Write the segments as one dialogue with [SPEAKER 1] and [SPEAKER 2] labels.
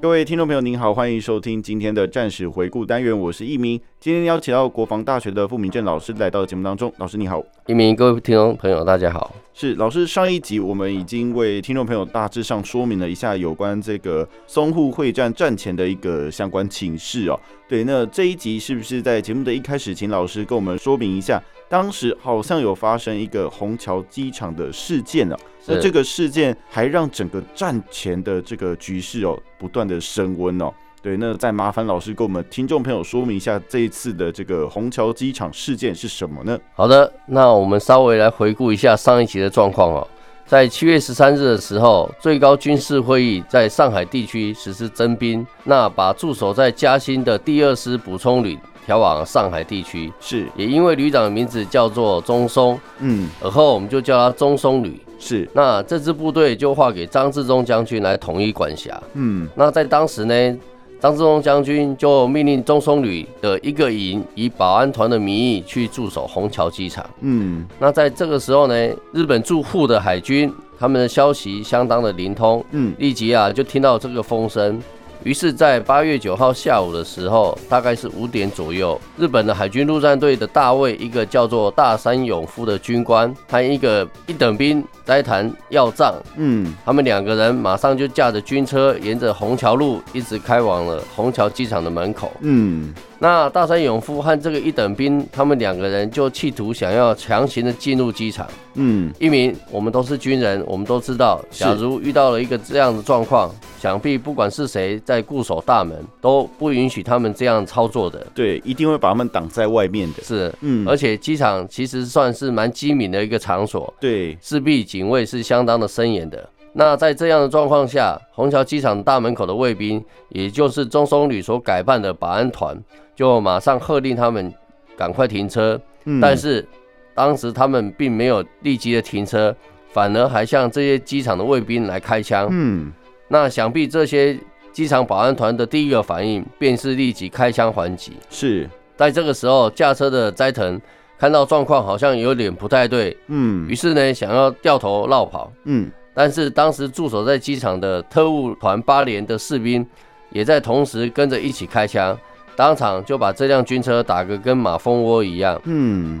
[SPEAKER 1] 各位听众朋友，您好，欢迎收听今天的战史回顾单元，我是一鸣。今天邀请到国防大学的傅明正老师来到节目当中，老师你好。
[SPEAKER 2] 一鸣，各位听众朋友，大家好。
[SPEAKER 1] 是老师，上一集我们已经为听众朋友大致上说明了一下有关这个淞沪会战战前的一个相关情势哦。对，那这一集是不是在节目的一开始，请老师跟我们说明一下，当时好像有发生一个虹桥机场的事件哦。那
[SPEAKER 2] 是
[SPEAKER 1] 这个事件还让整个战前的这个局势哦不断的升温哦。对，那再麻烦老师跟我们听众朋友说明一下这一次的这个虹桥机场事件是什么呢？
[SPEAKER 2] 好的，那我们稍微来回顾一下上一集的状况哦。在七月十三日的时候，最高军事会议在上海地区实施征兵，那把驻守在嘉兴的第二师补充旅调往上海地区，
[SPEAKER 1] 是，
[SPEAKER 2] 也因为旅长的名字叫做中松，
[SPEAKER 1] 嗯，
[SPEAKER 2] 而后我们就叫他中松旅。
[SPEAKER 1] 是，
[SPEAKER 2] 那这支部队就划给张自忠将军来统一管辖。
[SPEAKER 1] 嗯，
[SPEAKER 2] 那在当时呢，张自忠将军就命令中松旅的一个营以保安团的名义去驻守虹桥机场。
[SPEAKER 1] 嗯，
[SPEAKER 2] 那在这个时候呢，日本驻沪的海军他们的消息相当的灵通，
[SPEAKER 1] 嗯，
[SPEAKER 2] 立即啊就听到这个风声。于是，在八月九号下午的时候，大概是五点左右，日本的海军陆战队的大尉，一个叫做大山勇夫的军官，和一个一等兵斋谈要账，
[SPEAKER 1] 嗯，
[SPEAKER 2] 他们两个人马上就驾着军车，沿着虹桥路一直开往了虹桥机场的门口。
[SPEAKER 1] 嗯，
[SPEAKER 2] 那大山勇夫和这个一等兵，他们两个人就企图想要强行的进入机场。
[SPEAKER 1] 嗯，
[SPEAKER 2] 一鸣，我们都是军人，我们都知道，
[SPEAKER 1] 是
[SPEAKER 2] 假如遇到了一个这样的状况，想必不管是谁在固守大门，都不允许他们这样操作的。
[SPEAKER 1] 对，一定会把他们挡在外面的。
[SPEAKER 2] 是，
[SPEAKER 1] 嗯，
[SPEAKER 2] 而且机场其实算是蛮机敏的一个场所，
[SPEAKER 1] 对，
[SPEAKER 2] 势必警卫是相当的森严的。那在这样的状况下，虹桥机场大门口的卫兵，也就是中松旅所改办的保安团，就马上喝令他们赶快停车。
[SPEAKER 1] 嗯，
[SPEAKER 2] 但是当时他们并没有立即的停车，反而还向这些机场的卫兵来开枪。
[SPEAKER 1] 嗯，
[SPEAKER 2] 那想必这些机场保安团的第一个反应便是立即开枪还击。
[SPEAKER 1] 是，
[SPEAKER 2] 在这个时候，驾车的斋藤看到状况好像有点不太对，
[SPEAKER 1] 嗯
[SPEAKER 2] 于，是呢想要掉头绕跑。
[SPEAKER 1] 嗯，
[SPEAKER 2] 但是当时驻守在机场的特务团八连的士兵，也在同时跟着一起开枪，当场就把这辆军车打个跟马蜂窝一样，
[SPEAKER 1] 嗯，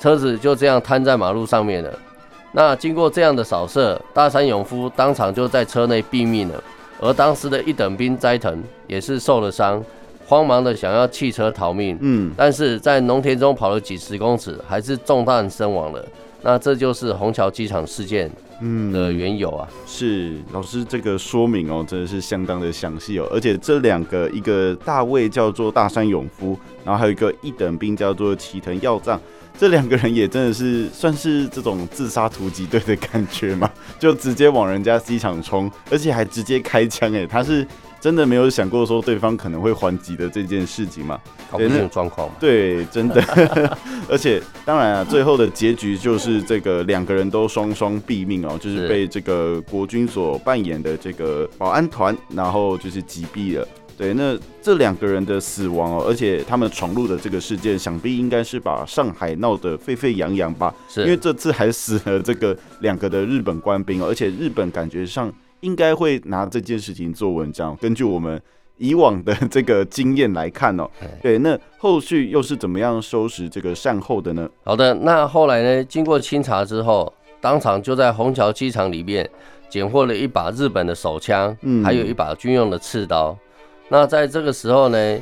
[SPEAKER 2] 车子就这样瘫在马路上面了。那经过这样的扫射，大山勇夫当场就在车内毙命了，而当时的一等兵斋藤也是受了伤，慌忙的想要弃车逃命，
[SPEAKER 1] 嗯，
[SPEAKER 2] 但是在农田中跑了几十公尺，还是中弹身亡了。那这就是虹桥机场事件的
[SPEAKER 1] 嗯，
[SPEAKER 2] 缘由啊。
[SPEAKER 1] 是老师这个说明哦，真的是相当的详细哦，而且这两个，一个大卫叫做大山勇夫，然后还有一个一等兵叫做齐藤耀藏。这两个人也真的是算是这种自杀突击队的感觉嘛， 就直接往人家机场冲，而且还直接开枪哎、他是真的没有想过说对方可能会还击的这件事情嘛？
[SPEAKER 2] 搞不清状况嘛。
[SPEAKER 1] 对，真的， 而且当然啊，最后的结局就是这个两个人都双双毙命哦，就是
[SPEAKER 2] 是
[SPEAKER 1] 被这个国军所扮演的这个保安团，然后就是击毙了。对，那这两个人的死亡哦，而且他们闯入的这个事件，想必应该是把上海闹得沸沸扬扬吧？
[SPEAKER 2] 是
[SPEAKER 1] 因为这次还死了这个两个的日本官兵哦，而 且日本感觉上应该会拿这件事情做文章。根据我们以往的这个经验来看哦，
[SPEAKER 2] 哎
[SPEAKER 1] 对，那后续又是怎么样收拾这个善后的呢？
[SPEAKER 2] 好的，那后来呢？经过清查之后，当场就在虹桥机场里面捡获了一把日本的手枪，
[SPEAKER 1] 嗯
[SPEAKER 2] 还有一把军用的刺刀。那在这个时候呢，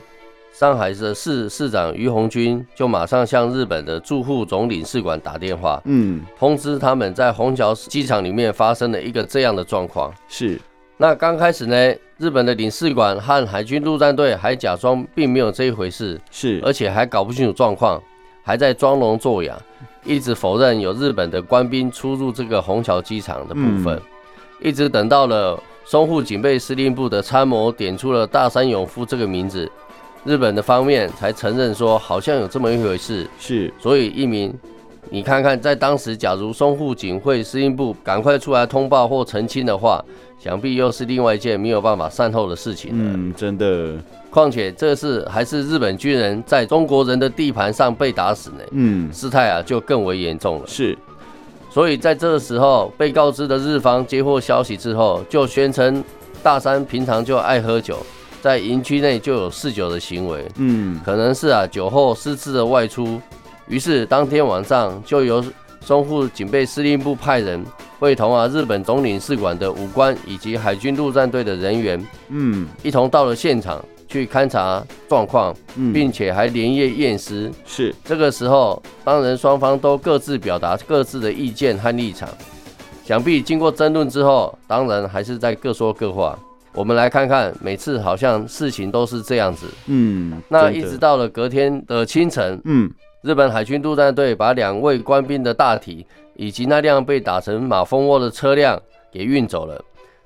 [SPEAKER 2] 上海的市市长于鸿钧就马上向日本的驻沪总领事馆打电话，
[SPEAKER 1] 嗯，
[SPEAKER 2] 通知他们在虹桥机场里面发生了一个这样的状况。
[SPEAKER 1] 是，
[SPEAKER 2] 那刚开始呢，日本的领事馆和海军陆战队还假装并没有这一回事，
[SPEAKER 1] 是，
[SPEAKER 2] 而且还搞不清楚状况。还在装聋作哑，一直否认有日本的官兵出入这个虹桥机场的部分，
[SPEAKER 1] 嗯
[SPEAKER 2] 一直等到了淞沪警备司令部的参谋点出了大山勇夫这个名字，日本的方面才承认说好像有这么一回事。
[SPEAKER 1] 是
[SPEAKER 2] 所以一名，你看看，在当时，假如淞沪警会司令部赶快出来通报或澄清的话，想必又是另外一件没有办法善后的事情了。
[SPEAKER 1] 嗯，真的，
[SPEAKER 2] 况且这是还是日本军人在中国人的地盘上被打死呢，
[SPEAKER 1] 嗯，
[SPEAKER 2] 事态啊就更为严重了。
[SPEAKER 1] 是
[SPEAKER 2] 所以在这个时候，被告知的日方接获消息之后，就宣称大山平常就爱喝酒，在营区内就有嗜酒的行为，
[SPEAKER 1] 嗯，
[SPEAKER 2] 可能是啊酒后私自的外出，于是当天晚上就由淞沪警备司令部派人，会同啊日本总领事馆的武官以及海军陆战队的人员，
[SPEAKER 1] 嗯
[SPEAKER 2] 一同到了现场去勘察状况，
[SPEAKER 1] 嗯，
[SPEAKER 2] 并且还连夜验尸。
[SPEAKER 1] 是
[SPEAKER 2] 这个时候，当然双方都各自表达各自的意见和立场，想必经过争论之后，当然还是在各说各话。我们来看看，每次好像事情都是这样子。
[SPEAKER 1] 嗯，
[SPEAKER 2] 那
[SPEAKER 1] 真
[SPEAKER 2] 一
[SPEAKER 1] 的
[SPEAKER 2] 直到了隔天的清晨，
[SPEAKER 1] 嗯
[SPEAKER 2] 日本海军陆战队把两位官兵的大体以及那辆被打成马蜂窝的车辆给运走了。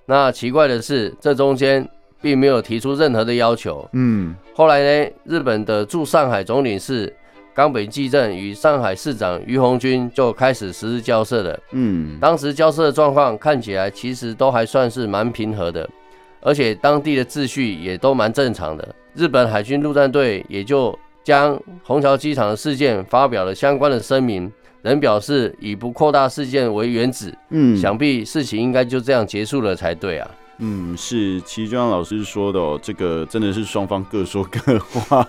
[SPEAKER 2] 那奇怪的是，这中间并没有提出任何的要求。
[SPEAKER 1] 嗯
[SPEAKER 2] 后来呢，日本的驻上海总领事冈本纪正与上海市长于鸿钧就开始实施交涉了。
[SPEAKER 1] 嗯，
[SPEAKER 2] 当时交涉的状况看起来其实都还算是蛮平和的，而且当地的秩序也都蛮正常的。日本海军陆战队也就将虹桥机场的事件发表了相关的声明，仍表示以不扩大事件为原旨。
[SPEAKER 1] 嗯
[SPEAKER 2] 想必事情应该就这样结束了才对啊。
[SPEAKER 1] 嗯，是，其实就像老师说的哦，这个真的是双方各说各话，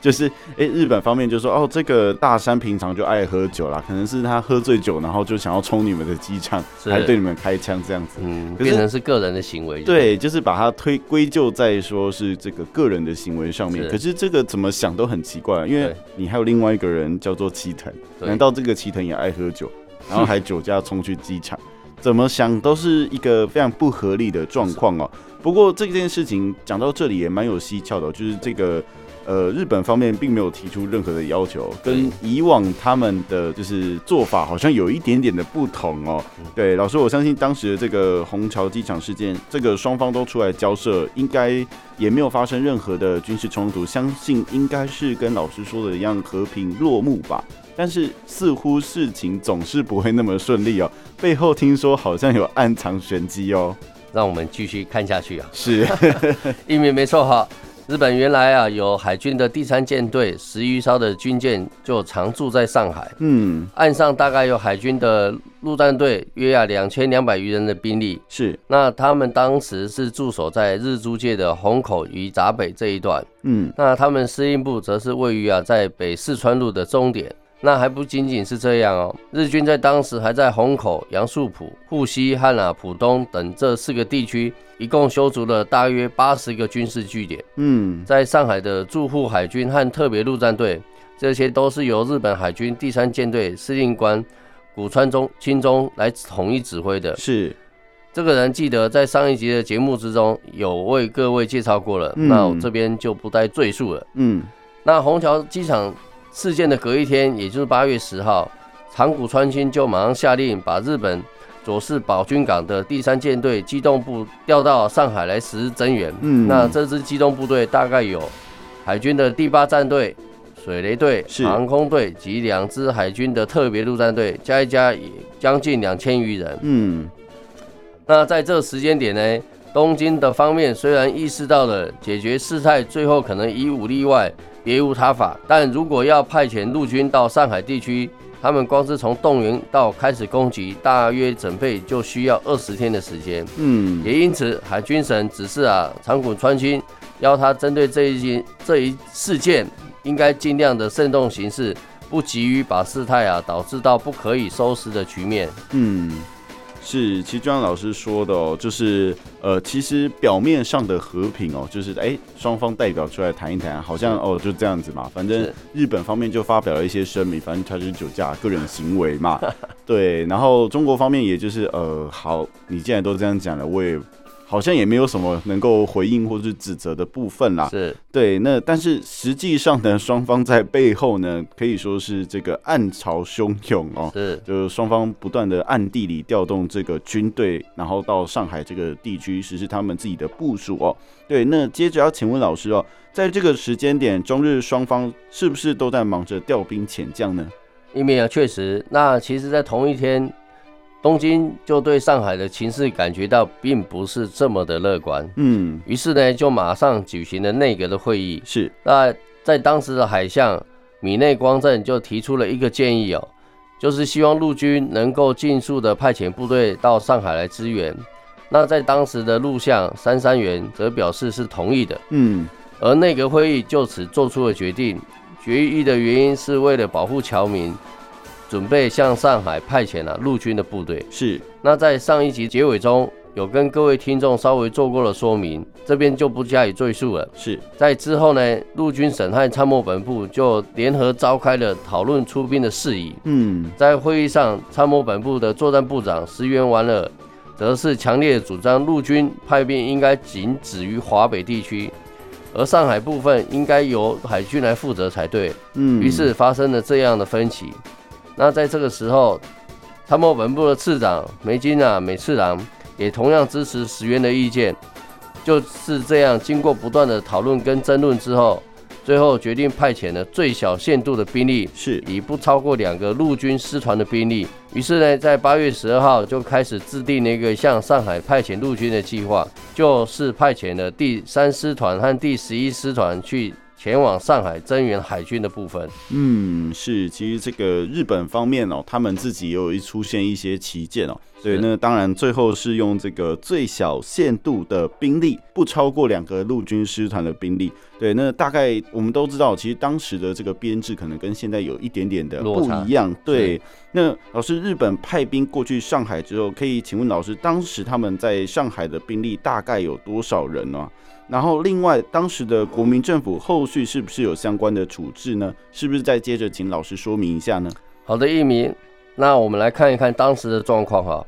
[SPEAKER 1] 就是诶，日本方面就说哦，这个大山平常就爱喝酒啦，可能是他喝醉酒，然后就想要冲你们的机场，
[SPEAKER 2] 是
[SPEAKER 1] 还对你们开枪这样子。
[SPEAKER 2] 嗯，
[SPEAKER 1] 可是
[SPEAKER 2] 变成是个人的行为。
[SPEAKER 1] 对，就是把它推归咎在说是这个个人的行为上面。
[SPEAKER 2] 是
[SPEAKER 1] 可是这个怎么想都很奇怪，因为
[SPEAKER 2] 对
[SPEAKER 1] 你还有另外一个人叫做齐藤，
[SPEAKER 2] 对
[SPEAKER 1] 难道这个齐藤也爱喝酒，然后还酒驾冲去机场？怎么想都是一个非常不合理的状况哦。不过这件事情讲到这里也蛮有蹊跷的哦，就是这个呃日本方面并没有提出任何的要求，跟以往他们的就是做法好像有一点点的不同哦。对，老师，我相信当时的这个虹桥机场事件，这个双方都出来交涉，应该也没有发生任何的军事冲突，相信应该是跟老师说的一样和平落幕吧。但是似乎事情总是不会那么顺利哦，背后听说好像有暗藏玄机哦。
[SPEAKER 2] 让我们继续看下去啊。
[SPEAKER 1] 是，
[SPEAKER 2] 一名没错哈。日本原来啊有海军的第三舰队十余艘的军舰就常驻在上海，
[SPEAKER 1] 嗯，
[SPEAKER 2] 岸上大概有海军的陆战队约啊两千两百余人的兵力。
[SPEAKER 1] 是，
[SPEAKER 2] 那他们当时是驻守在日租界的虹口与闸北这一段，
[SPEAKER 1] 嗯
[SPEAKER 2] 那他们司令部则是位于啊在北四川路的终点。那还不仅仅是这样哦，日军在当时还在虹口、杨树浦、沪西和啊浦东等这四个地区，一共修筑了大约八十个军事据点。
[SPEAKER 1] 嗯，
[SPEAKER 2] 在上海的驻沪海军和特别陆战队，这些都是由日本海军第三舰队司令官古川中清中来统一指挥的。
[SPEAKER 1] 是，
[SPEAKER 2] 这个人记得在上一集的节目之中有为各位介绍过了，
[SPEAKER 1] 嗯
[SPEAKER 2] 那我这边就不再赘述了。
[SPEAKER 1] 嗯
[SPEAKER 2] 那虹桥机场事件的隔一天，也就是八月十号，长谷川清就马上下令把日本佐世保军港的第三舰队机动部调到上海来实施增援。
[SPEAKER 1] 嗯
[SPEAKER 2] 那这支机动部队大概有海军的第八战队、水雷队、
[SPEAKER 1] 是
[SPEAKER 2] 航空队及两支海军的特别陆战队，加一加也将近两千余人。
[SPEAKER 1] 嗯
[SPEAKER 2] 那在这时间点呢，东京的方面虽然意识到了解决事态最后可能以武力外别无他法，但如果要派遣陆军到上海地区，他们光是从动员到开始攻击，大约准备就需要二十天的时间。
[SPEAKER 1] 嗯，
[SPEAKER 2] 也因此，海军省指示啊长谷川清，要他针对这一件这一事件，应该尽量的慎重行事，不急于把事态啊导致到不可以收拾的局面。
[SPEAKER 1] 嗯，是，其实就像老师说的哦，就是呃，其实表面上的和平哦，就是哎，双方代表出来谈一谈，好像哦就这样子嘛，反正
[SPEAKER 2] 是
[SPEAKER 1] 日本方面就发表了一些声明，反正他就是酒驾个人行为嘛， 对，然后中国方面也就是呃，好，你既然都这样讲了，我也。好像也没有什么能够回应或是指责的部分啦。
[SPEAKER 2] 是
[SPEAKER 1] 对，那但是实际上呢，双方在背后呢，可以说是这个暗潮汹涌哦。
[SPEAKER 2] 是
[SPEAKER 1] 就是双方不断的暗地里调动这个军队，然后到上海这个地区实施他们自己的部署哦。对，那接着要请问老师哦，在这个时间点，中日双方是不是都在忙着调兵遣将呢？
[SPEAKER 2] 因为啊，确实，那其实，在同一天，东京就对上海的情势感觉到并不是这么的乐观，
[SPEAKER 1] 嗯，
[SPEAKER 2] 于是呢，就马上举行了内阁的会议。
[SPEAKER 1] 是，
[SPEAKER 2] 那在当时的海相米内光政就提出了一个建议哦，就是希望陆军能够尽速的派遣部队到上海来支援。那在当时的陆相三三元则表示是同意的，
[SPEAKER 1] 嗯，
[SPEAKER 2] 而内阁会议就此做出了决定。决议的原因是为了保护侨民，准备向上海派遣了、陆军的部队。
[SPEAKER 1] 是，
[SPEAKER 2] 那在上一集结尾中有跟各位听众稍微做过了说明，这边就不加以赘述了。
[SPEAKER 1] 是，
[SPEAKER 2] 在之后呢，陆军审判参谋本部就联合召开了讨论出兵的事宜。
[SPEAKER 1] 嗯，
[SPEAKER 2] 在会议上，参谋本部的作战部长石原莞尔则是强烈主张陆军派兵应该仅止于华北地区，而上海部分应该由海军来负责才对。
[SPEAKER 1] 嗯，
[SPEAKER 2] 于是发生了这样的分歧。那在这个时候，参谋本部的次长梅津啊美次郎也同样支持石原的意见。就是这样，经过不断的讨论跟争论之后，最后决定派遣了最小限度的兵力，
[SPEAKER 1] 是，
[SPEAKER 2] 以不超过两个陆军师团的兵力。于是呢，在八月十二号就开始制定了一个向上海派遣陆军的计划，就是派遣了第三师团和第十一师团去前往上海增援海军的部分。
[SPEAKER 1] 嗯，是，其实这个日本方面哦，他们自己也有一出现一些旗舰哦，对，
[SPEAKER 2] 是
[SPEAKER 1] 那当然最后是用这个最小限度的兵力，不超过两个陆军师团的兵力，对，那大概我们都知道，其实当时的这个编制可能跟现在有一点点的
[SPEAKER 2] 落
[SPEAKER 1] 不
[SPEAKER 2] 差
[SPEAKER 1] 一样，对。那老师，日本派兵过去上海之后，可以请问老师，当时他们在上海的兵力大概有多少人呢、然后，另外，当时的国民政府后续是不是有相关的处置呢？是不是再接着请老师说明一下呢？
[SPEAKER 2] 好的，一鸣，那我们来看一看当时的状况哈。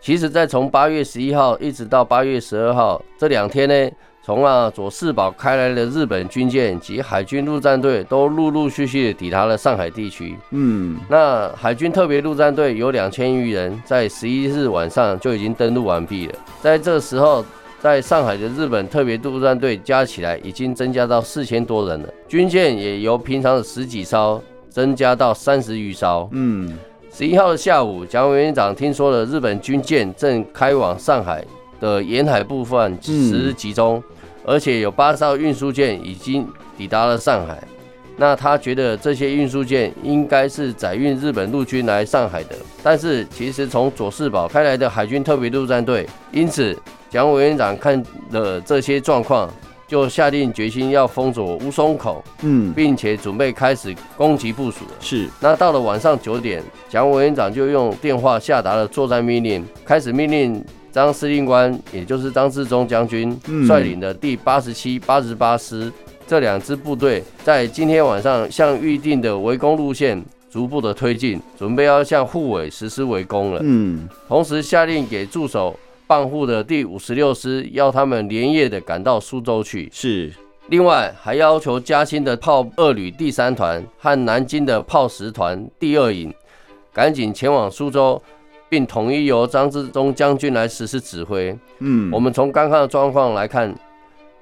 [SPEAKER 2] 其实，在从八月十一号一直到八月十二号这两天呢，从啊佐世保开来的日本军舰及海军陆战队都陆陆续续地抵达了上海地区。
[SPEAKER 1] 嗯，
[SPEAKER 2] 那海军特别陆战队有两千余人，在十一日晚上就已经登陆完毕了。在这时候，在上海的日本特别陆战队加起来已经增加到四千多人了，军舰也由平常的十几艘增加到三十余艘。
[SPEAKER 1] 嗯，
[SPEAKER 2] 十一号的下午，蒋委员长听说了日本军舰正开往上海的沿海部分实集中，而且有八艘运输舰已经抵达了上海。那他觉得这些运输舰应该是载运日本陆军来上海的，但是其实从佐世保开来的海军特别陆战队，因此蒋委员长看了这些状况，就下定决心要封锁乌松口，
[SPEAKER 1] 嗯，
[SPEAKER 2] 并且准备开始攻击部署了。
[SPEAKER 1] 是，
[SPEAKER 2] 那到了晚上九点，蒋委员长就用电话下达了作战命令，开始命令张司令官，也就是张自忠将军
[SPEAKER 1] 嗯
[SPEAKER 2] 率领的第八十七、八十八师这两支部队，在今天晚上向预定的围攻路线逐步的推进，准备要向沪尾实施围攻了。
[SPEAKER 1] 嗯，
[SPEAKER 2] 同时下令给驻守傍沪的第五十六师，要他们连夜的赶到苏州去。
[SPEAKER 1] 是，
[SPEAKER 2] 另外，还要求嘉兴的炮二旅第三团和南京的炮十团第二营赶紧前往苏州，并统一由张自忠将军来实施指挥。
[SPEAKER 1] 嗯，
[SPEAKER 2] 我们从刚刚的状况来看，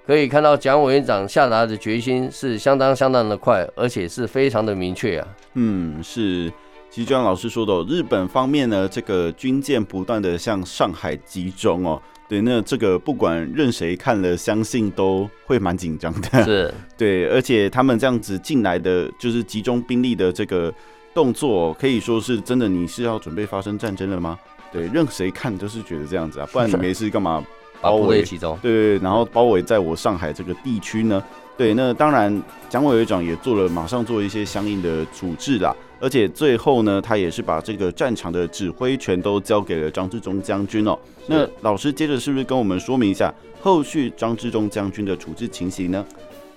[SPEAKER 2] 可以看到蒋委员长下达的决心是相当相当的快，而且是非常的明确啊。
[SPEAKER 1] 嗯，是。其实就像老师说的哦、日本方面呢，这个军舰不断的向上海集中哦。对，那这个不管任谁看了，相信都会蛮紧张的。
[SPEAKER 2] 是
[SPEAKER 1] 对，而且他们这样子进来的，就是集中兵力的这个动作，哦可以说是真的，你是要准备发生战争了吗？对，任谁看都是觉得这样子啊，不然你没事干嘛
[SPEAKER 2] 把
[SPEAKER 1] 包
[SPEAKER 2] 部队
[SPEAKER 1] 围
[SPEAKER 2] 集中，
[SPEAKER 1] 对，然后包围在我上海这个地区呢。对，那当然，蒋委员长也做了马上做一些相应的处置啦，而且最后呢，他也是把这个战场的指挥权都交给了张志忠将军哦。那
[SPEAKER 2] 是
[SPEAKER 1] 老师接着是不是跟我们说明一下后续张志忠将军的处置情形呢？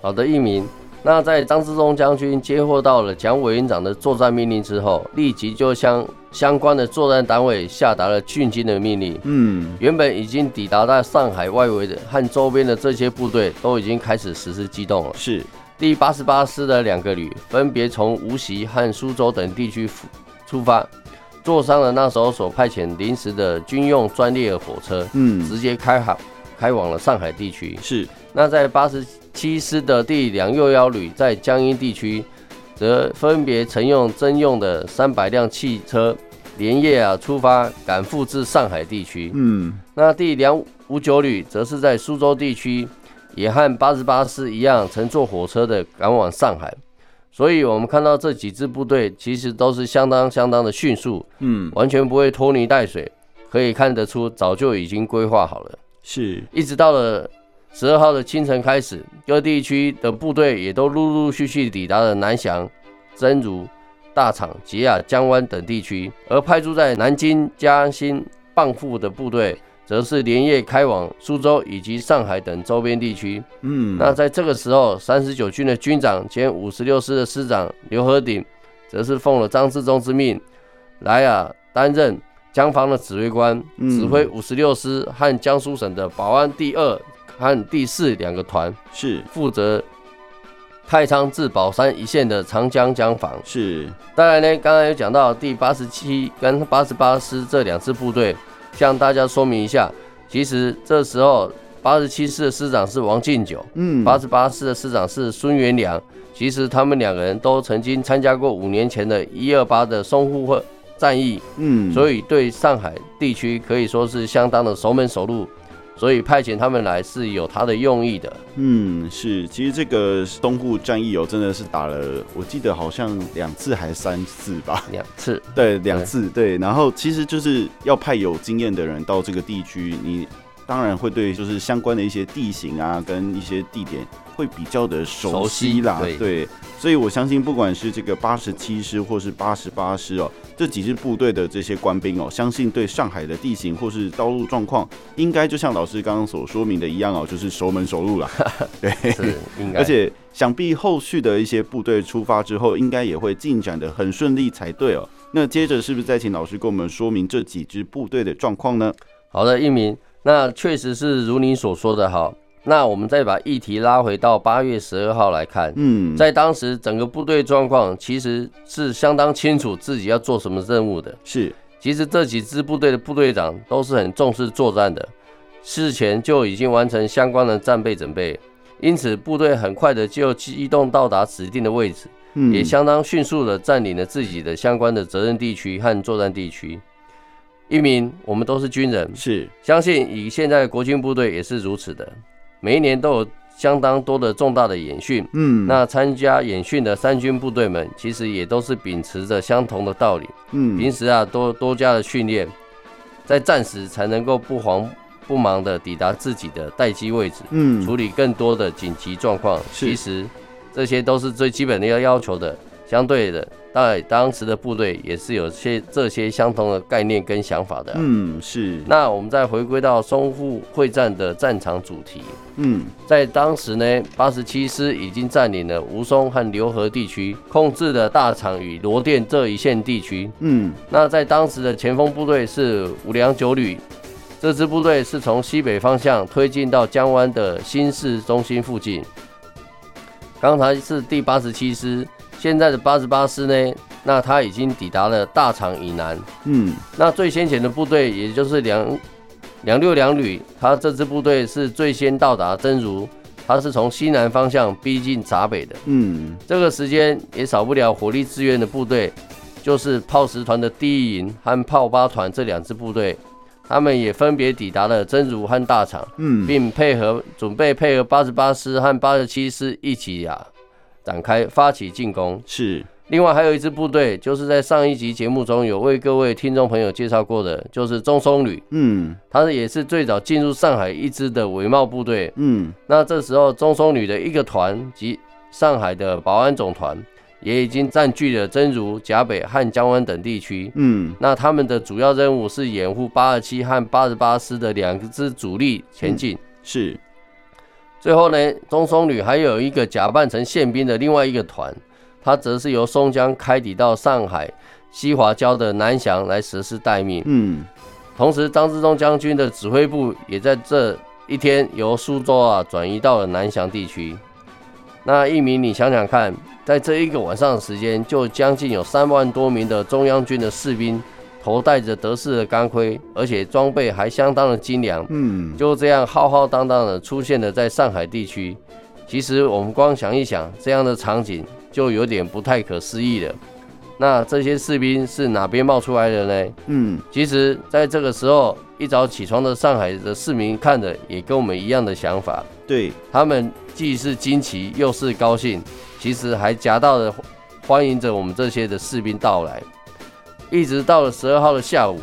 [SPEAKER 2] 好的，一鸣。那在张之洞将军接获到了蒋委员长的作战命令之后，立即就向相关的作战单位下达了进军的命令。
[SPEAKER 1] 嗯，
[SPEAKER 2] 原本已经抵达到上海外围的和周边的这些部队，都已经开始实施机动了。
[SPEAKER 1] 是
[SPEAKER 2] 第八十八师的两个旅分别从无锡和苏州等地区出出发，坐上了那时候所派遣临时的军用专列火车，
[SPEAKER 1] 嗯
[SPEAKER 2] 直接开航开往了上海地区。
[SPEAKER 1] 是
[SPEAKER 2] 那在八十七师的第两六幺旅在江阴地区，则分别乘用征用的三百辆汽车，连夜啊出发，赶赴至上海地区。
[SPEAKER 1] 嗯
[SPEAKER 2] 那第两五九旅则是在苏州地区，也和八十八师一样，乘坐火车的赶往上海。所以，我们看到这几支部队其实都是相当相当的迅速，
[SPEAKER 1] 嗯
[SPEAKER 2] 完全不会拖泥带水，可以看得出早就已经规划好了。
[SPEAKER 1] 是
[SPEAKER 2] 一直到了十二号的清晨开始，各地区的部队也都陆陆续续抵达了南翔、真如、大厂、吉亚、江湾等地区，而派驻在南京、嘉兴、蚌埠的部队。则是连夜开往苏州以及上海等周边地区。
[SPEAKER 1] 嗯
[SPEAKER 2] 那在这个时候，三十九军的军长兼五十六师的师长刘和鼎，则是奉了张自忠之命，来啊担任江防的指挥官，
[SPEAKER 1] 嗯
[SPEAKER 2] 指挥五十六师和江苏省的保安第二和第四两个团，
[SPEAKER 1] 是
[SPEAKER 2] 负责太仓至宝山一线的长江江防。
[SPEAKER 1] 是
[SPEAKER 2] 当然呢，刚刚有讲到第八十七跟八十八师这两支部队，向大家说明一下，其实这时候八十七师的师长是王敬久。
[SPEAKER 1] 嗯
[SPEAKER 2] 八十八师的师长是孙元良，其实他们两个人都曾经参加过五年前的一二八的淞沪会战役，
[SPEAKER 1] 嗯
[SPEAKER 2] 所
[SPEAKER 1] 以
[SPEAKER 2] 以对上海地区可以说是相当的熟门熟路，所以派遣他们来是有他的用意的。
[SPEAKER 1] 嗯是，其实这个东固战役哦，真的是打了，我记得好像两次还是三次吧。
[SPEAKER 2] 两次，
[SPEAKER 1] 对，两次对，然后其实就是要派有经验的人到这个地区，你当然会对就是相关的一些地形啊，跟一些地点会比较的熟
[SPEAKER 2] 熟悉
[SPEAKER 1] 悉啦，
[SPEAKER 2] 对
[SPEAKER 1] 所以我相信不管是这个八十七师或是八十八师哦，这几支部队的这些官兵哦，相信对上海的地形或是道路状况，应该就像老师刚刚所说明的一样哦，就是熟门熟路啦。
[SPEAKER 2] 是应该，
[SPEAKER 1] 而且想必后续的一些部队出发之后，应该也会进展的很顺利才对哦。那接着是不是再请老师跟我们说明这几支部队的状况呢？
[SPEAKER 2] 好的，一鸣，那确实是如你所说的好。那我们再把议题拉回到八月十二号来看，
[SPEAKER 1] 嗯，
[SPEAKER 2] 在当时整个部队状况其实是相当清楚自己要做什么任务的。
[SPEAKER 1] 是
[SPEAKER 2] 其实这几支部队的部队长都是很重视作战的，事前就已经完成相关的战备准备，因此部队很快的就机动到达指定的位置，
[SPEAKER 1] 嗯
[SPEAKER 2] 也相当迅速的占领了自己的相关的责任地区和作战地区。一鸣，我们都是军人，
[SPEAKER 1] 是
[SPEAKER 2] 相信以现在的国军部队也是如此的，每一年都有相当多的重大的演训。
[SPEAKER 1] 嗯
[SPEAKER 2] 那参加演训的三军部队们，其实也都是秉持着相同的道理，平
[SPEAKER 1] 嗯
[SPEAKER 2] 时啊多多加的训练，在战时才能够不慌不忙的抵达自己的待机位置，
[SPEAKER 1] 嗯
[SPEAKER 2] 处理更多的紧急状况。
[SPEAKER 1] 是
[SPEAKER 2] 其实这些都是最基本的要要求的。相对的，在当时的部队也是有些这些相同的概念跟想法的啊、
[SPEAKER 1] 嗯是
[SPEAKER 2] 那我们再回归到淞沪会战的战场主题，
[SPEAKER 1] 嗯
[SPEAKER 2] 在当时呢，八十七师已经占领了吴淞和浏河地区，控制了大场与罗店这一线地区。
[SPEAKER 1] 嗯
[SPEAKER 2] 那在当时的前锋部队是五粮九旅，这支部队是从西北方向推进到江湾的新市中心附近。刚才是第八十七师，现在的八十八师呢，那它已经抵达了大场以南。
[SPEAKER 1] 嗯
[SPEAKER 2] 那最先遣的部队，也就是两两六两旅，他这支部队是最先到达真如，他是从西南方向逼近闸北的。
[SPEAKER 1] 嗯
[SPEAKER 2] 这个时间也少不了火力支援的部队，就是炮十团的第一营和炮八团这两支部队，他们也分别抵达了真如和大场，
[SPEAKER 1] 嗯
[SPEAKER 2] 并配合准备配合八十八师和八十七师一起啊展开发起进攻。
[SPEAKER 1] 是
[SPEAKER 2] 另外还有一支部队，就是在上一集节目中有为各位听众朋友介绍过的，就是中松旅，
[SPEAKER 1] 嗯
[SPEAKER 2] 它也是最早进入上海一支的伪冒部队。
[SPEAKER 1] 嗯
[SPEAKER 2] 那这时候中松旅的一个团及上海的保安总团，也已经占据了真如、闸北和江湾等地区。
[SPEAKER 1] 嗯
[SPEAKER 2] 那他们的主要任务是掩护八二七和八十八师的两支主力前进。
[SPEAKER 1] 是
[SPEAKER 2] 最后呢，中松旅还有一个假扮成宪兵的另外一个团，它则是由松江开抵到上海西华礁的南翔来实施待命。
[SPEAKER 1] 嗯，
[SPEAKER 2] 同时，张之洞将军的指挥部也在这一天由苏州啊转移到了南翔地区。那一鸣，你想想看，在这一个晚上的时间，就将近有三万多名的中央军的士兵，头戴着德式的钢盔，而且装备还相当的精良，
[SPEAKER 1] 嗯，
[SPEAKER 2] 就这样浩浩荡荡的出现了在上海地区。其实我们光想一想，这样的场景就有点不太可思议了。那这些士兵是哪边冒出来的呢？
[SPEAKER 1] 嗯，
[SPEAKER 2] 其实，在这个时候，一早起床的上海的市民看着也跟我们一样的想法，
[SPEAKER 1] 对，
[SPEAKER 2] 他们既是惊奇又是高兴，其实还夹道的欢迎着我们这些的士兵到来。一直到了十二号的下午，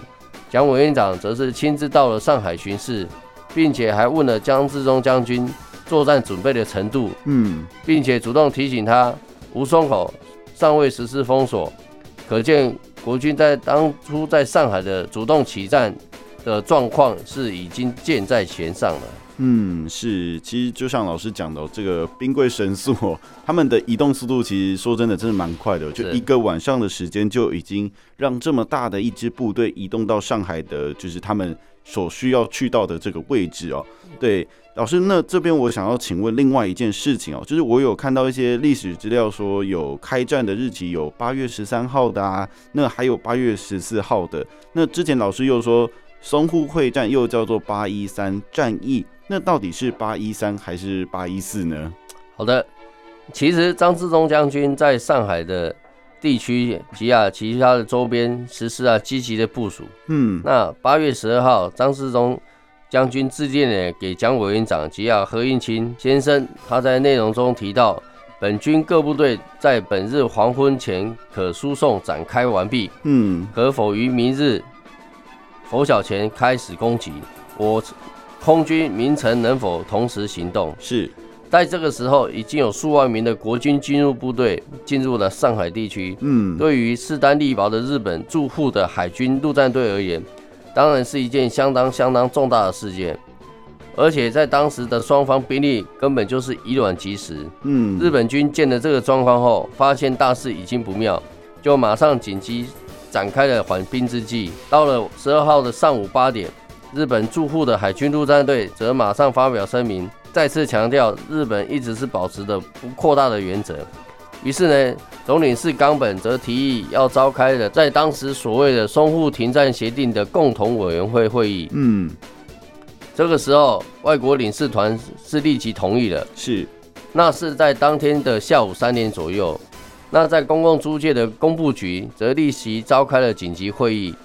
[SPEAKER 2] 蒋委员长则是亲自到了上海巡视，并且还问了江志忠将军作战准备的程度，
[SPEAKER 1] 嗯，
[SPEAKER 2] 并且主动提醒他吴淞口尚未实施封锁，可见国军在当初在上海的主动起战的状况是已经箭在弦上了。
[SPEAKER 1] 嗯，是，其实就像老师讲的哦、这个冰柜神速、哦，他们的移动速度其实说真的，真的蛮快的哦、就是一个晚上的时间就已经让这么大的一支部队移动到上海的，就是他们所需要去到的这个位置哦。对，老师，那这边我想要请问另外一件事情哦，就是我有看到一些历史资料说有开战的日期有八月十三号的啊，那还有八月十四号的，那之前老师又说淞沪会战又叫做八一三战役，那到底是八一三还是八一四呢？
[SPEAKER 2] 好的，其实张自忠将军在上海的地区及啊其他的周边实施啊积极的部署。
[SPEAKER 1] 嗯，
[SPEAKER 2] 那八月十二号，张世忠将军致电呢给蒋委员长及啊何应钦先生，他在内容中提到，本军各部队在本日黄昏前可输送展开完毕，
[SPEAKER 1] 嗯，
[SPEAKER 2] 可否于明日拂晓前开始攻击？我空军明晨能否同时行动？
[SPEAKER 1] 是，
[SPEAKER 2] 在这个时候，已经有数万名的国军军入部队进入了上海地区。
[SPEAKER 1] 嗯，
[SPEAKER 2] 对于势单力薄的日本驻沪的海军陆战队而言，当然是一件相当相当重大的事件。而且在当时的双方兵力根本就是以卵击石。
[SPEAKER 1] 嗯，
[SPEAKER 2] 日本军见了这个状况后，发现大势已经不妙，就马上紧急展开了缓兵之计。到了十二号的上午八点，日本驻沪的海军陆战队则马上发表声明，再次强调日本一直是保持的不扩大的原则。于是呢，总领事冈本则提议要召开了在当时所谓的淞沪停战协定的共同委员会会议。
[SPEAKER 1] 嗯，
[SPEAKER 2] 这个时候，外国领事团是立即同意了。
[SPEAKER 1] 是，
[SPEAKER 2] 那是在当天的下午三点左右。那在公共租界的工部局则立即召开了紧急会议。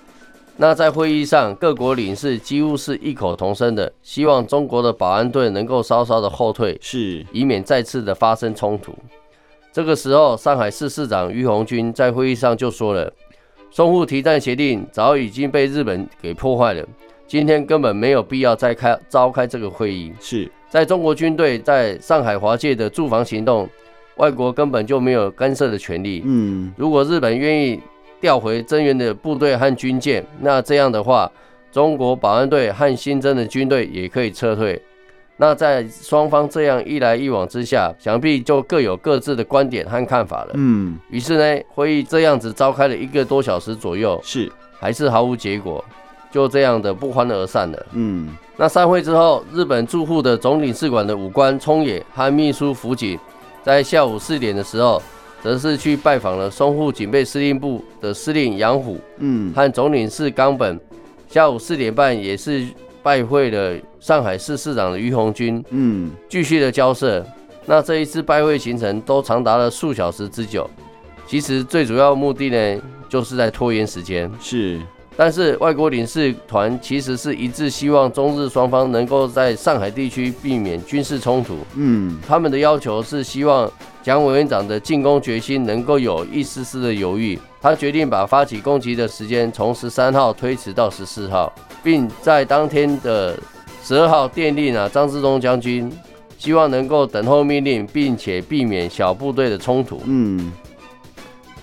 [SPEAKER 2] 那在会议上，各国领事几乎是异口同声的，希望中国的保安队能够稍稍的后退，
[SPEAKER 1] 是，
[SPEAKER 2] 以免再次的发生冲突。这个时候，上海市市长于鸿钧在会议上就说了：“淞沪停战协定早已经被日本给破坏了，今天根本没有必要再开召开这个会议。”
[SPEAKER 1] 是，
[SPEAKER 2] 在中国军队在上海华界的驻防行动，外国根本就没有干涉的权利。
[SPEAKER 1] 嗯，
[SPEAKER 2] 如果日本愿意调回增援的部队和军舰，那这样的话，中国保安队和新增的军队也可以撤退。那在双方这样一来一往之下，想必就各有各自的观点和看法了。
[SPEAKER 1] 嗯，
[SPEAKER 2] 于是呢，会议这样子召开了一个多小时左右，
[SPEAKER 1] 是，
[SPEAKER 2] 还是毫无结果，就这样的不欢而散了。
[SPEAKER 1] 嗯，
[SPEAKER 2] 那散会之后，日本驻沪的总领事馆的武官冲野和秘书福井，在下午四点的时候，则是去拜访了淞沪警备司令部的司令杨虎
[SPEAKER 1] 嗯，
[SPEAKER 2] 和总领事冈本。下午四点半，也是拜会了上海市市长的于鸿钧，
[SPEAKER 1] 嗯，
[SPEAKER 2] 继续的交涉。那这一次拜会行程都长达了数小时之久，其实最主要目的呢，就是在拖延时间。
[SPEAKER 1] 是，
[SPEAKER 2] 但是外国领事团其实是一致希望中日双方能够在上海地区避免军事冲突。
[SPEAKER 1] 嗯，
[SPEAKER 2] 他们的要求是希望蒋委员长的进攻决心能够有一丝丝的犹豫。他决定把发起攻击的时间从十三号推迟到十四号，并在当天的十二号电令啊张之洞将军，希望能够等候命令，并且避免小部队的冲突。
[SPEAKER 1] 嗯，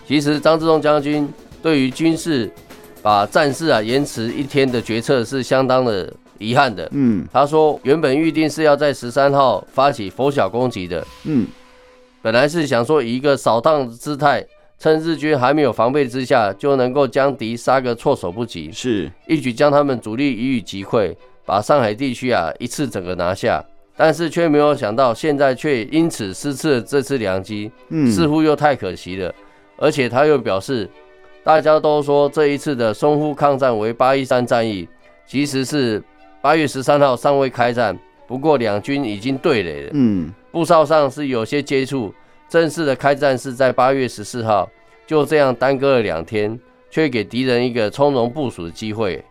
[SPEAKER 2] 其实张之洞将军对于军事把战事啊延迟一天的决策是相当的遗憾的，
[SPEAKER 1] 嗯
[SPEAKER 2] 他说原本预定是要在十三号发起拂晓攻击的，
[SPEAKER 1] 嗯，
[SPEAKER 2] 本来是想说以一个扫荡的姿态，趁日军还没有防备之下，就能够将敌杀个措手不及，
[SPEAKER 1] 是，
[SPEAKER 2] 一举将他们主力一举击溃，把上海地区啊一次整个拿下。但是却没有想到，现在却因此失去了这次良机，
[SPEAKER 1] 嗯，
[SPEAKER 2] 似乎又太可惜了。而且他又表示，大家都说这一次的淞沪抗战为八一三战役，其实是八月十三号尚未开战，不过两军已经对垒了。
[SPEAKER 1] 嗯，
[SPEAKER 2] 布哨上是有些接触，正式的开战是在八月十四号，就这样耽搁了两天，却给敌人一个从容部署的机会。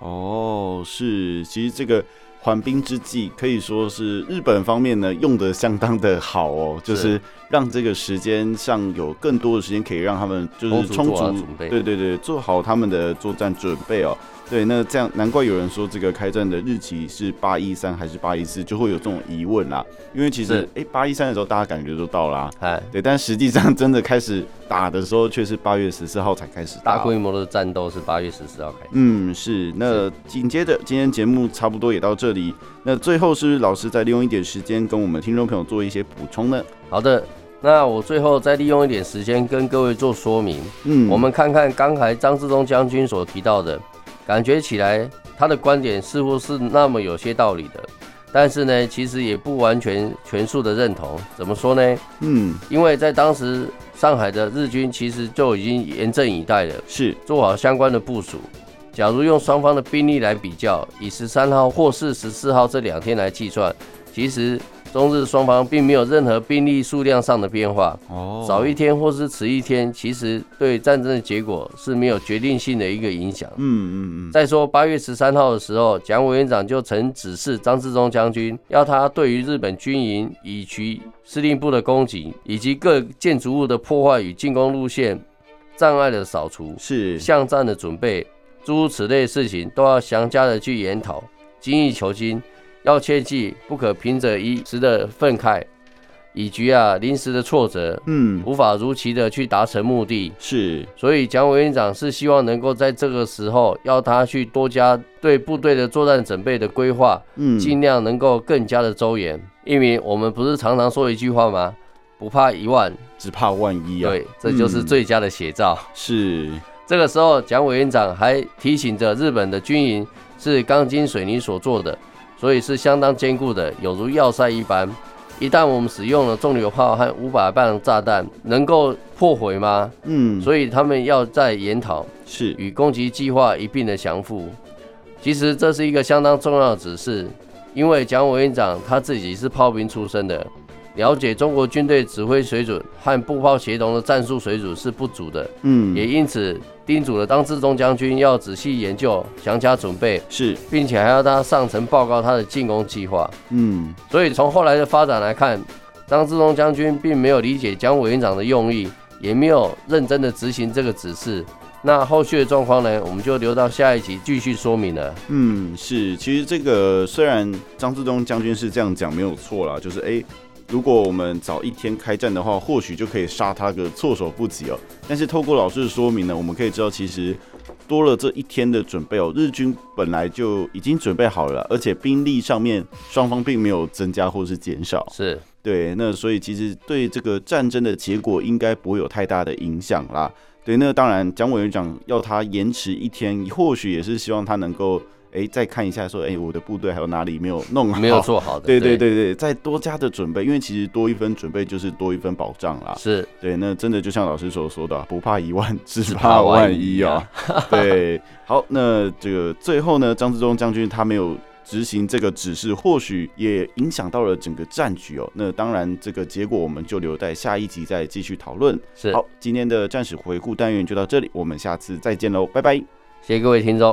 [SPEAKER 1] 哦，是，其实这个缓兵之计可以说是日本方面呢用的相当的好哦，就是
[SPEAKER 2] 是
[SPEAKER 1] 让这个时间上有更多的时间可以让他们就是
[SPEAKER 2] 充
[SPEAKER 1] 充
[SPEAKER 2] 足
[SPEAKER 1] 足
[SPEAKER 2] 做好准备
[SPEAKER 1] 对对对，做好他们的作战准备哦。对，那这样难怪有人说这个开战的日期是八一三还是八一四，就会有这种疑问啦。因为其实
[SPEAKER 2] 是
[SPEAKER 1] 哎，八一三的时候大家感觉都到啦、
[SPEAKER 2] 哎，
[SPEAKER 1] 对，但实际上真的开始打的时候，却是八月十四号才开始打
[SPEAKER 2] 大
[SPEAKER 1] 哦
[SPEAKER 2] 规模的战斗是八月十四号开始。
[SPEAKER 1] 嗯，是。那
[SPEAKER 2] 是
[SPEAKER 1] 紧接着今天节目差不多也到这里，那最后是不是老师再利用一点时间跟我们听众朋友做一些补充呢？
[SPEAKER 2] 好的，那我最后再利用一点时间跟各位做说明。
[SPEAKER 1] 嗯，
[SPEAKER 2] 我们看看刚才张志忠将军所提到的，感觉起来他的观点似乎是那么有些道理的，但是呢，其实也不完全全数的认同。怎么说呢？
[SPEAKER 1] 嗯
[SPEAKER 2] 因为在当时上海的日军其实就已经严阵以待了，
[SPEAKER 1] 是
[SPEAKER 2] 做好相关的部署。假如用双方的兵力来比较，以十三号或是十四号这两天来计算，其实中日双方并没有任何兵力数量上的变化。
[SPEAKER 1] 哦
[SPEAKER 2] 早一天或是迟一天，其实对战争的结果是没有决定性的一个影响。
[SPEAKER 1] 嗯嗯嗯
[SPEAKER 2] 再说八月十三号的时候，蒋委员长就曾指示张自忠将军，要他对于日本军营以及司令部的攻击，以及各建筑物的破坏与进攻路线障碍的扫除，
[SPEAKER 1] 嗯是
[SPEAKER 2] 巷战的准备，诸如此类事情都要详加的去研讨，精益求精，要切记不可凭着一时的愤慨，以及啊临时的挫折，
[SPEAKER 1] 嗯
[SPEAKER 2] 无法如期的去达成目的。
[SPEAKER 1] 是
[SPEAKER 2] 所以蒋委员长是希望能够在这个时候，要他去多加对部队的作战准备的规划，
[SPEAKER 1] 嗯
[SPEAKER 2] 尽量能够更加的周延。因为我们不是常常说一句话吗？不怕一万，
[SPEAKER 1] 只怕万一啊，
[SPEAKER 2] 对，这就是
[SPEAKER 1] 嗯
[SPEAKER 2] 最佳的写照。
[SPEAKER 1] 是
[SPEAKER 2] 这个时候，蒋委员长还提醒着日本的军营是钢筋水泥所做的，所以是相当坚固的，有如要塞一般。一旦我们使用了重榴炮和五百磅炸弹，能够破毁吗？
[SPEAKER 1] 嗯
[SPEAKER 2] 所以他们要在研讨
[SPEAKER 1] 是
[SPEAKER 2] 与攻击计划一并的降服。其实这是一个相当重要的指示，因为蒋委员长他自己是炮兵出身的，了解中国军队指挥水准和步炮协同的战术水准是不足的。
[SPEAKER 1] 嗯
[SPEAKER 2] 也因此叮嘱了张自忠将军要仔细研究、详加准备，
[SPEAKER 1] 是
[SPEAKER 2] 并且还要他上层报告他的进攻计划。
[SPEAKER 1] 嗯
[SPEAKER 2] 所以从后来的发展来看，张自忠将军并没有理解蒋委员长的用意，也没有认真的执行这个指示。那后续的状况呢，我们就留到下一集继续说明了。
[SPEAKER 1] 嗯，是，其实这个虽然张自忠将军是这样讲没有错啦，就是诶，如果我们早一天开战的话，或许就可以杀他个措手不及哦。但是透过老师的说明呢，我们可以知道，其实多了这一天的准备哦，日军本来就已经准备好了，而且兵力上面双方并没有增加或是减少。
[SPEAKER 2] 是，
[SPEAKER 1] 对，那所以其实对这个战争的结果应该不会有太大的影响啦。对，那当然，蒋委员长要他延迟一天，或许也是希望他能够哎再看一下说，哎我的部队还有哪里没有弄好，
[SPEAKER 2] 没有。做好的。
[SPEAKER 1] 对对，对对，再多加的准备，因为其实多一分准备就是多一分保障啦。
[SPEAKER 2] 是
[SPEAKER 1] 对，那真的就像老师所说的啊，不怕一万， 只
[SPEAKER 2] 怕
[SPEAKER 1] 怕
[SPEAKER 2] 万
[SPEAKER 1] 万
[SPEAKER 2] 一
[SPEAKER 1] 一啊。对，好，那这个最后呢，张自忠将军他没有执行这个指示，或许也影响到了整个战局哦。那当然，这个结果我们就留在下一集再继续讨论。
[SPEAKER 2] 是。
[SPEAKER 1] 好，今天的战史回顾单元就到这里，我们下次再见喽，拜拜。
[SPEAKER 2] 谢谢各位听众。